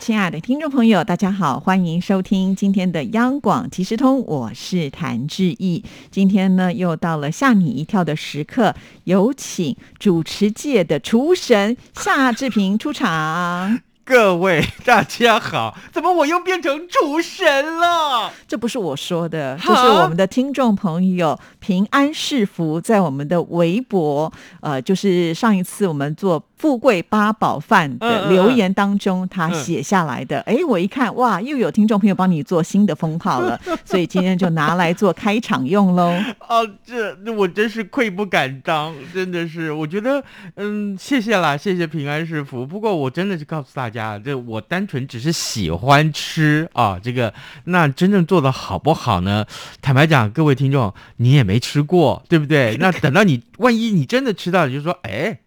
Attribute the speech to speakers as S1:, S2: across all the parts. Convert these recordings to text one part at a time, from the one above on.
S1: 亲爱的听众朋友，大家好，欢迎收听今天的央广即时通，我是谭志毅。今天呢，又到了吓你一跳的时刻，有请主持界的厨神夏志平出场。
S2: 各位大家好，怎么我又变成厨神了？
S1: 这不是我说的，这是我们的听众朋友平安是福在我们的微博，呃，就是上一次我们做富贵八宝饭
S2: 嗯
S1: 的
S2: 嗯
S1: 留言当中，他写下来的。哎、我一看，哇，又有听众朋友帮你做新的封 号了，所以今天就拿来做开场用喽。
S2: 啊，这我真是愧不敢当，真的是，我觉得，嗯，谢谢啦，谢谢平安是福。不过我真的是告诉大家，这我单纯只是喜欢吃啊，这个那真正做的好不好呢？坦白讲，各位听众，你也没吃过，对不对？那等到你万一你真的吃到，你就说，哎。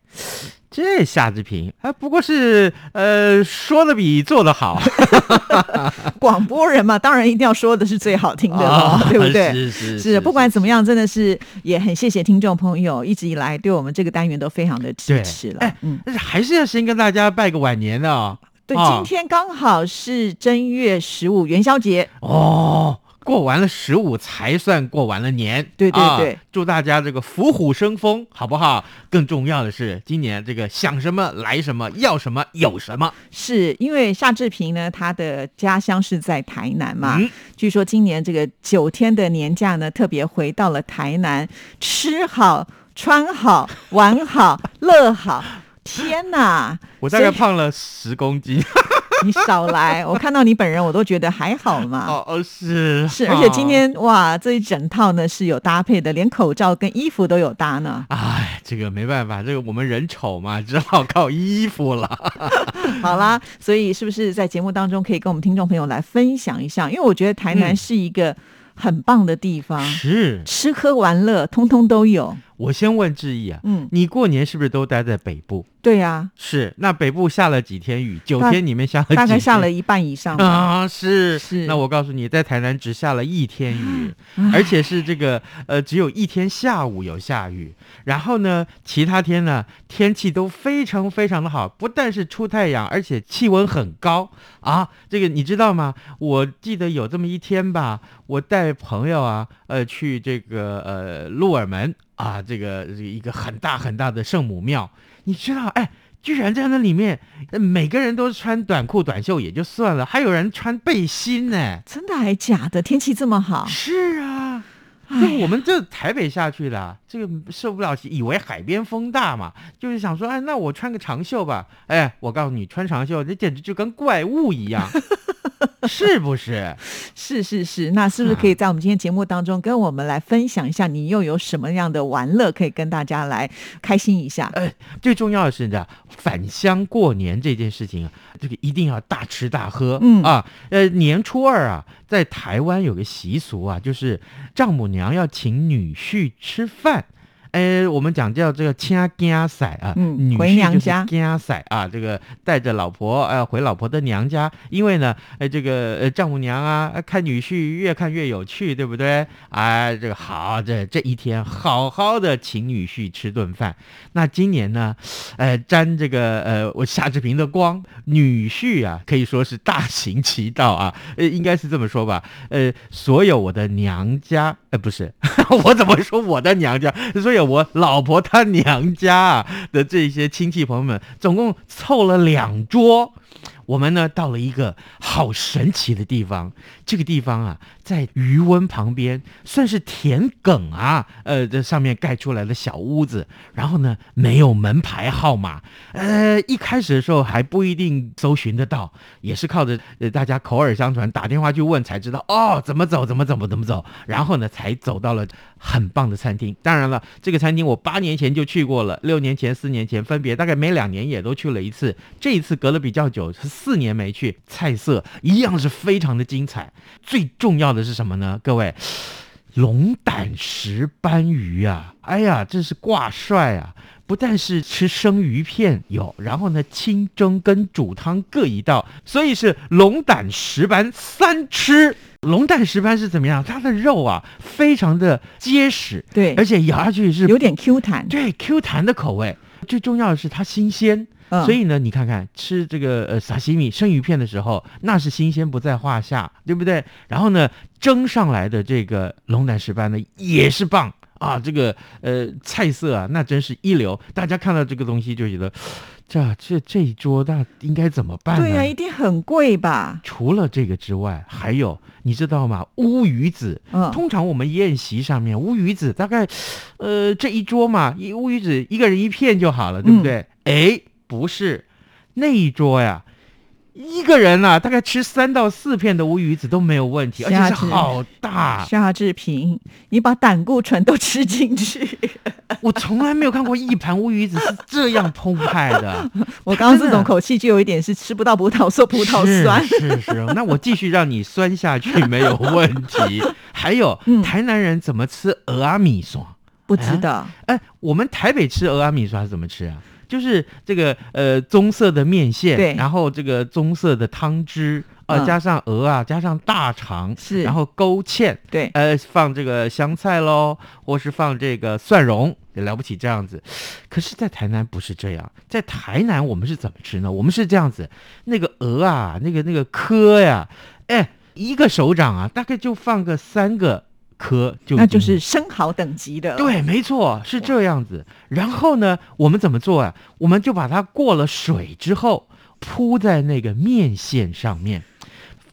S2: 这夏志平，哎，不过是呃，说的比做的好，
S1: 广播人嘛，当然一定要说的是最好听的了， 对不对？
S2: 啊是是
S1: 是，不管怎么样，真的是也很谢谢听众朋友一直以来对我们这个单元都非常的支
S2: 对
S1: 持了。
S2: 哎
S1: 嗯，
S2: 但是还是要先跟大家拜个晚年呢。
S1: 对，
S2: 啊
S1: 今天刚好是正月十五元宵节，
S2: 哦，过完了十五才算过完了年。
S1: 对对
S2: 啊
S1: 对
S2: 祝大家这个伏虎生风，好不好？更重要的是，今年这个想什么来什么，要什么有什么。
S1: 是因为夏志平呢，他的家乡是在台南嘛。
S2: 嗯
S1: 据说今年这个九天的年假呢，特别回到了台南，吃好、穿好、玩 好、乐好。天哪！
S2: 我大概
S1: 所以
S2: 胖了十公斤。
S1: 你少来，我看到你本人，我都觉得还好嘛。
S2: 哦 哦，是
S1: 是，
S2: 啊
S1: 而且今天哇，这一整套呢是有搭配的，连口罩跟衣服都有搭呢。
S2: 哎，这个没办法，这个我们人丑嘛，只好靠衣服了。
S1: 好啦，所以是不是在节目当中可以跟我们听众朋友来分享一下？因为我觉得台南
S2: 嗯
S1: 是一个很棒的地方，
S2: 是，
S1: 吃喝玩乐通通都有。
S2: 我先问志毅啊，
S1: 嗯，
S2: 你过年是不是都待在北部？
S1: 对呀、
S2: 是，那北部下了几天雨？九
S1: 大
S2: 天你们下了几
S1: 大概下
S2: 天
S1: 了一半以上吧。
S2: 啊， 是
S1: 是啊
S2: 那我告诉你，在台南只下了一天雨，而且是这个呃，只有一天下午有下雨，然后呢，其他天呢天气都非常非常的好，不但是出太阳，而且气温很高啊。这个你知道吗？我记得有这么一天吧，我带朋友啊，呃，去这个呃鹿耳门啊，这个这个一个很大很大的圣母庙，你知道哎。居然在那里面，呃每个人都穿短裤短袖也就算了，还有人穿背心呢。
S1: 真的还假的？天气这么 好，
S2: 是啊，就我们这台北下去的啊，这个受不了，以为海边风大嘛，就是想说，哎，那我穿个长袖吧。哎，我告诉你，穿长袖这简直就跟怪物一样，是不是？
S1: 是是是。那是不是可
S2: 啊
S1: 以在我们今天节目当中跟我们来分享一下，你又有什么样的玩乐可以跟大家来开心一下？
S2: 最重要的是呢，返乡过年这件事情啊，这个一定要大吃大喝，
S1: 嗯
S2: 啊，呃，年初二啊，在台湾有个习俗啊，就是丈母娘要请女婿吃饭。哎，我们讲叫这个掐家仔啊，
S1: 嗯
S2: 女
S1: 回
S2: 婿
S1: 娘
S2: 就是
S1: 家
S2: 家仔啊，这个带着老婆呃回老婆的娘家，因为呢，呃这个呃丈母娘啊呃看女婿越看越有趣，对不对？哎，这个好，这这一天好好的请女婿吃顿饭。那今年呢，呃，沾这个呃我夏志平的光，女婿啊可以说是大行其道啊，呃应该是这么说吧，呃所有我的娘家，呃不是， 我怎么会说我的娘家？所以我老婆她娘家啊的这些亲戚朋友们，总共凑了两桌。我们呢到了一个好神奇的地方，这个地方啊在余温旁边，算是田埂啊，呃，这上面盖出来的小屋子，然后呢没有门牌号码，呃，一开始的时候还不一定搜寻得到，也是靠着呃大家口耳相传，打电话去问才知道哦，怎么走，怎么怎么怎么走，然后呢才走到了很棒的餐厅。当然了，这个餐厅我八年前就去过了，六年前、四年前分别大概每两年也都去了一次，这一次隔了比较久，是四年没去，菜色一样是非常的精彩。最重要的是什么呢？各位，龙胆石斑鱼啊，哎呀，真是挂帅啊！不但是吃生鱼片有，然后呢，清蒸跟煮汤各一道，所以是龙胆石斑三吃。龙胆石斑是怎么样？它的肉啊，非常的结实，
S1: 对，
S2: 而且咬下去是
S1: 有点 Q 弹，
S2: 对 Q 弹的口味。最重要的是它新鲜，
S1: 嗯
S2: 所以呢，你看看吃这个呃沙西米生鱼片的时候，那是新鲜不在话下，对不对？然后呢，蒸上来的这个龙胆石斑呢也是棒啊，这个呃菜色啊，那真是一流。大家看到这个东西就觉得，这这这一桌那应该怎么办呢？
S1: 嗯对啊呀，一定很贵吧？
S2: 除了这个之外，还有你知道吗？乌鱼子，
S1: 嗯
S2: 通常我们宴席上面乌鱼子大概，呃，这一桌嘛，一乌鱼子一个人一片就好了，对
S1: 嗯
S2: 不对？哎、不是，那一桌呀，一个人啊，大概吃三到四片的乌鱼子都没有问题，而且
S1: 瞎
S2: 是
S1: 吃
S2: 好大，
S1: 夏志平，啊你把胆固醇都吃 进去。
S2: 我从来没有看过一盘乌鱼子是这样澎湃的。
S1: 我刚刚
S2: 真
S1: 这
S2: 的
S1: 种口气就有一点是吃不到葡萄说 葡萄酸。
S2: 是啊是是，那我继续让你酸下去没有问题。 还有
S1: 嗯，
S2: 台南人怎么吃鹅阿米刷？
S1: 不知道，
S2: 哎，我们台北吃鹅阿米刷是怎么吃啊？就是这个呃棕色的面线，
S1: 对
S2: 然后这个棕色的汤汁。呃，
S1: 嗯
S2: 加上鹅啊，加上大肠，
S1: 是
S2: 然后勾芡，
S1: 对
S2: 呃，放这个香菜喽，或是放这个蒜蓉，也了不起这样子。可是，在台南不是这样，在台南我们是怎么吃呢？我们是这样子，那个鹅啊，那个那个颗呀、哎，一个手掌啊，大概就放个三个颗就已经，
S1: 那就是生蚝等级的。，
S2: 对，没错，是这样子。然后呢，我们怎么做啊？我们就把它过了水之后，铺在那个面线上面。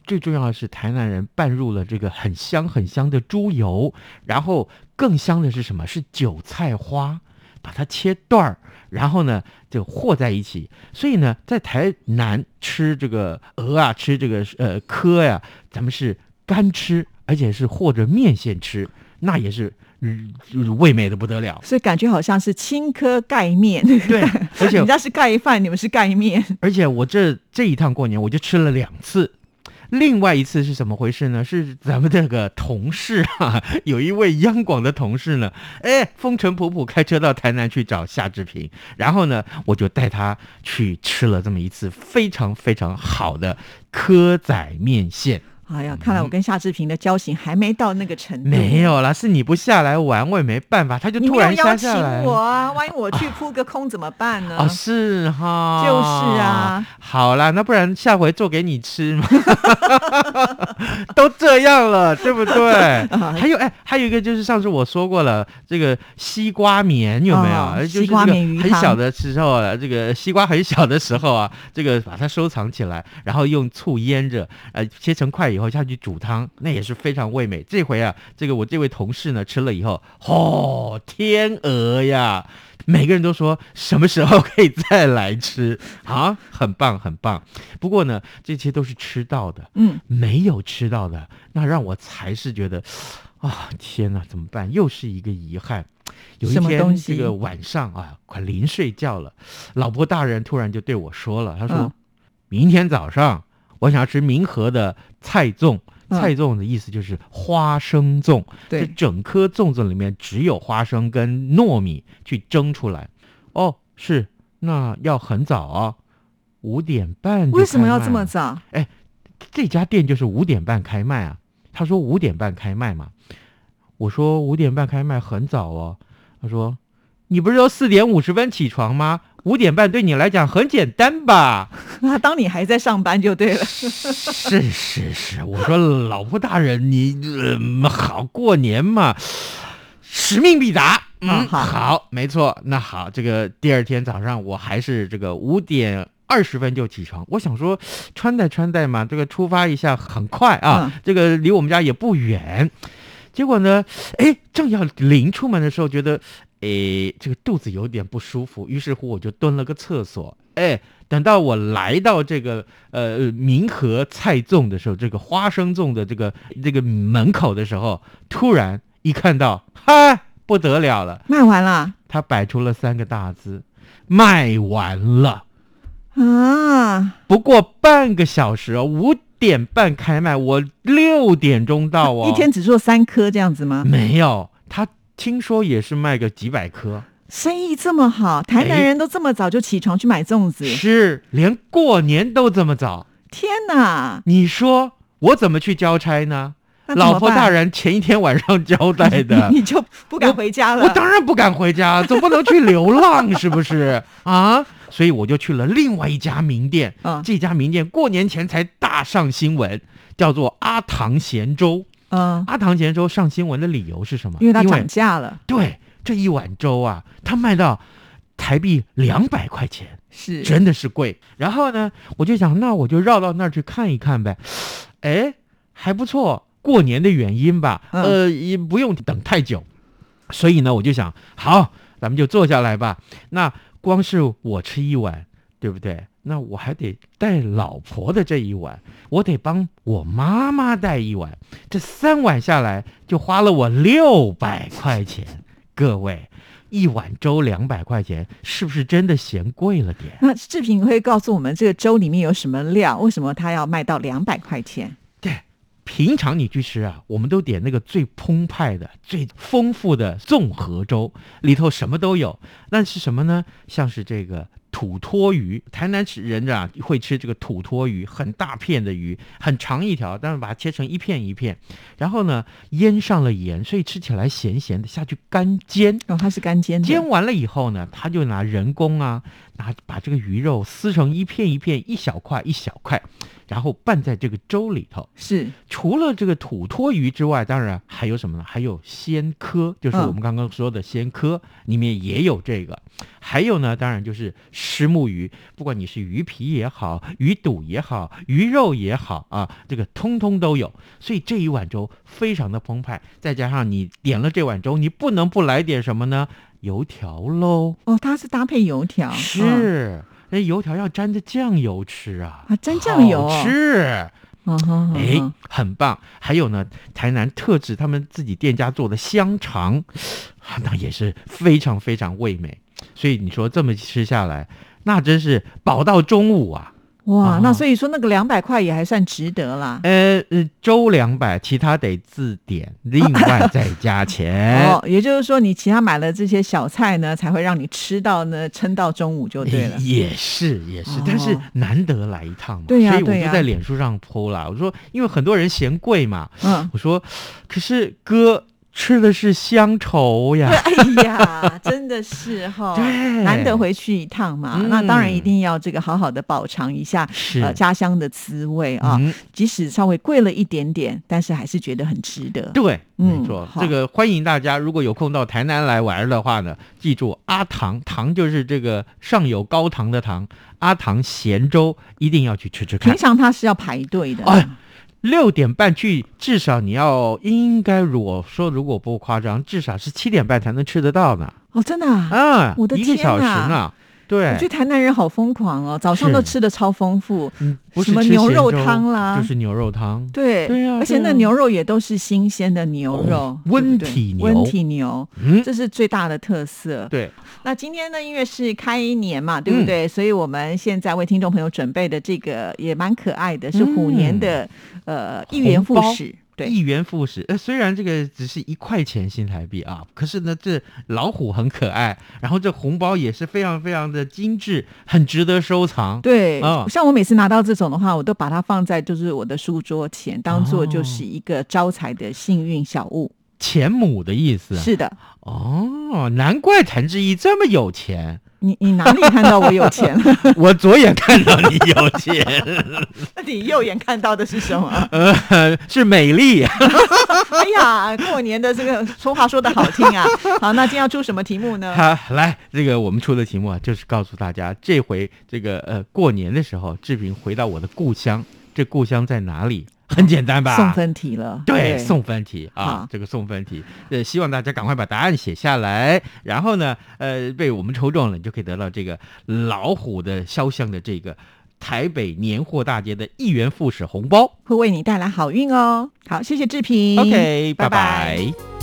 S2: 最重要的是，台南人拌入了这个很香很香的猪油，然后更香的是什么？是韭菜花，把它切段儿，然后呢就和在一起。所以呢，在台南吃这个鹅啊，吃这个呃科呀、咱们是干吃，而且是和着面线吃，那也是嗯味美的不得了。
S1: 所以感觉好像是青稞盖面。
S2: 对，而且嗯
S1: 人家是盖饭，你们是盖面。
S2: 而且我这这一趟过年我就吃了两次。另外一次是怎么回事呢？是咱们这个同事啊， 有一位央广的同事呢，哎，风尘仆仆开车到台南去找夏志平，然后呢，我就带他去吃了这么一次非常非常好的蚵仔面线。
S1: 哎呀，看来我跟夏志平的交情还没到那个程度。
S2: 没。有啦，是你不下来玩，我也没办法，他就
S1: 你
S2: 突
S1: 没有
S2: 然
S1: 邀
S2: 下
S1: 请
S2: 下来。
S1: 我啊！万一我去扑个空怎么办呢？
S2: 哦，是哈，
S1: 就是啊。
S2: 好啦，那不然下回做给你吃 嘛。都这样了，对不 对？
S1: 啊
S2: 还有哎，还有一个就是上次我说过了，这个西瓜棉有没有？
S1: 哦
S2: 就是
S1: 西瓜
S2: 这个
S1: 棉鱼
S2: 很
S1: 汤
S2: 小的时候啊，这个西瓜很小的时候啊，这个把它收藏起来，然后用醋腌着，呃，切成块以后下去煮汤，那也是非常味美。这回啊，这个我这位同事呢吃了以后，哦，天鹅呀！每个人都说什么时候可以再来吃啊？很棒，很棒。不过呢，这些都是吃到的，
S1: 嗯，
S2: 没有吃到的，那让我才是觉得，啊，天哪，怎么办？又是一个遗憾。有一
S1: 什么东
S2: 天
S1: 西
S2: 这个晚上啊，快临睡觉了，老婆大人突然就对我说了，他说：“
S1: 嗯
S2: 明天早上我想要吃明和的菜粽。”
S1: 嗯
S2: 菜粽的意思就是花生粽，这
S1: 对，
S2: 整颗粽子里面只有花生跟糯米去蒸出来。哦，是，那要很早啊，五点半就
S1: 为什么
S2: 开
S1: 要
S2: 卖
S1: 这么
S2: 了
S1: 早？
S2: 这家店就是五点半开卖啊。他说五点半开卖嘛，我说五点半开卖很早哦。他说你不是都四点五十分起床吗？五点半对你来讲很简单吧？
S1: 那当你还在上班就对了。
S2: 是是是，我说老婆大人，你、呃、好过年嘛，使命必达。
S1: 啊
S2: 嗯，
S1: 好
S2: 好，没错。那好，这个第二天早上我还是这个五点二十分就起床。我想说，穿戴穿戴嘛，这个出发一下很快啊，
S1: 嗯
S2: 这个离我们家也不远。结果呢，哎，正要临出门的时候，觉得诶，这个肚子有点不舒服，于是乎我就蹲了个厕所。哎，等到我来到这个呃民和菜粽的时候，这个花生粽的这个这个门口的时候，突然一看到，嗨，不得了了！
S1: 卖完了
S2: 他摆出了三个大字：卖完了。
S1: 啊，
S2: 不过半个小时哦，五点半开卖，我六点钟到哦。嗯
S1: 一天只做三颗这样子吗？
S2: 没有，他听说也是卖个几百颗，
S1: 生意这么好，台南
S2: 哎
S1: 人都这么早就起床去买粽子，
S2: 是连过年都这么早。
S1: 天哪！
S2: 你说我怎么去交差呢？
S1: 那怎么
S2: 老婆
S1: 办
S2: 大人前一天晚上交代的
S1: 你，你就不敢回家了。
S2: 我当然不敢回家，总不能去流浪，是不是啊？所以我就去了另外一家名店，
S1: 嗯
S2: 这家名店过年前才大上新闻，叫做阿唐咸粥。
S1: 嗯，
S2: 阿唐咸粥上新闻的理由是什么？
S1: 因为它涨价了，
S2: 对这一碗粥啊，它卖到台币两百块钱。
S1: 是
S2: 真的是贵。然后呢，我就想，那我就绕到那儿去看一看呗。 哎，还不错，过年的原因吧，
S1: 嗯
S2: 呃，也不用等太久。所以呢，我就想，好，咱们就坐下来吧。那光是我吃一碗，对不对？那我还得带老婆的这一碗，我得帮我妈妈带一碗，这三碗下来就花了我六百块钱。各位，一碗粥两百块钱，是不是真的嫌贵了点？
S1: 那志平会告诉我们这个粥里面有什么料，为什么它要卖到两百块钱？
S2: 对，平常你去吃啊，我们都点那个最澎湃的、最丰富的综合粥，里头什么都有。那是什么呢？像是这个土托鱼，台南人啊会吃这个土托鱼，很大片的鱼，很长一条，但是把它切成一片一片，然后呢腌上了盐，所以吃起来咸咸的，下去干煎。
S1: 哦，它是干煎的，
S2: 煎完了以后呢，他就拿人工啊，拿把这个鱼肉撕成一片一片、一小块一小块，然后拌在这个粥里头。
S1: 是
S2: 除了这个土托鱼之外，当然还有什么呢？还有鲜科，就是
S1: 嗯
S2: 我们刚刚说的鲜科，里面也有这个。还有呢，当然就是虱目鱼，不管你是鱼皮也好，鱼肚也好，鱼肉也好啊，这个通通都有。所以这一碗粥非常的澎湃，再加上你点了这碗粥，你不能不来点什么呢？油条喽，
S1: 哦，它是搭配油条，嗯
S2: 是。那油条要沾着酱油吃啊！
S1: 啊沾酱油哦
S2: 好吃。
S1: 嗯哼，嗯
S2: 哎
S1: 哼，
S2: 很棒！还有呢，台南特制他们自己店家做的香肠， 啊那也是非常非常味美。所以你说这么吃下来，那真是饱到中午啊！
S1: 哇，
S2: 哦
S1: 那所以说那个两百块也还算值得啦。
S2: 呃呃，粥两百，其他得自点，另外再加钱。
S1: 哦，也就是说，你其他买了这些小菜呢，才会让你吃到呢，撑到中午就对了。
S2: 也是也是，但是
S1: 哦
S2: 难得来一趟嘛，
S1: 对呀
S2: 所以我
S1: 对呀
S2: 就在脸书上 PO 啦。我说，因为很多人嫌贵嘛，
S1: 嗯，
S2: 我说，可是哥吃的是乡愁呀。
S1: 哎呀，真的是哈，
S2: 对
S1: 难得回去一趟嘛，
S2: 嗯
S1: 那当然一定要这个好好的饱尝一下
S2: 是
S1: 呃家乡的滋味啊、
S2: 嗯
S1: 即使稍微贵了一点点，但是还是觉得很值得。
S2: 对，
S1: 嗯
S2: 没错，
S1: 好
S2: 这个欢迎大家，如果有空到台南来玩的话呢，记住阿唐，唐就是这个上有高堂的唐，阿唐咸粥一定要去吃吃
S1: 平
S2: 看。
S1: 常它是要排队的，
S2: 哎，六点半去，至少你要应该，如果说如果不夸张，至少是七点半才能吃得到呢。
S1: 哦，真的、啊，
S2: 啊，
S1: 我的
S2: 一个
S1: 天
S2: 小时呢，
S1: 哪我觉得
S2: 对，
S1: 台南人好疯狂哦，早上
S2: 是
S1: 都吃的超丰富，
S2: 嗯，不
S1: 什
S2: 是
S1: 么
S2: 吃
S1: 牛
S2: 咸
S1: 肉
S2: 粥
S1: 汤啦
S2: 就是牛肉汤。
S1: 对，
S2: 对啊
S1: 而且
S2: 对
S1: 那
S2: 啊
S1: 牛肉也都是新鲜的牛肉，
S2: 哦
S1: 对不
S2: 温
S1: 对
S2: 体牛
S1: 温体牛，
S2: 嗯，
S1: 这是最大的特色。
S2: 对，嗯
S1: 那今天呢，因为是开年嘛，对不对？所以我们现在为听众朋友准备的这个也蛮可爱的，
S2: 嗯
S1: 是虎年的、呃一元复始，对
S2: 一元复始。呃，虽然这个只是一块钱新台币啊，可是呢，这老虎很可爱，然后这红包也是非常非常的精致，很值得收藏。
S1: 对、
S2: 哦
S1: 像我每次拿到这种的话，我都把它放在就是我的书桌前，当做就是一个招财的幸运小物。
S2: 钱母的意思啊。
S1: 是的，
S2: 哦，难怪谭志毅这么有钱，
S1: 你你哪里看到我有钱 了？
S2: 我左眼看到你有钱，
S1: 那你右眼看到的是什 么？
S2: 呃，是美丽。
S1: 哎呀，过年的这个说话说的好听啊！好，那今天要出什么题目呢？
S2: 好， 来，这个我们出的题目啊，就是告诉大家，这回这个呃过年的时候，志平回到我的故乡，这故乡在哪里？很简单吧？
S1: 送分题了，
S2: 对，送分题
S1: 好
S2: 啊，这个送分题，呃，希望大家赶快把答案写下来，然后呢，呃，被我们抽中了，你就可以得到这个老虎的肖像的这个台北年货大街的一元复始红包。
S1: 会为你带来好运哦。好，谢谢志平
S2: OK，
S1: 拜
S2: 拜拜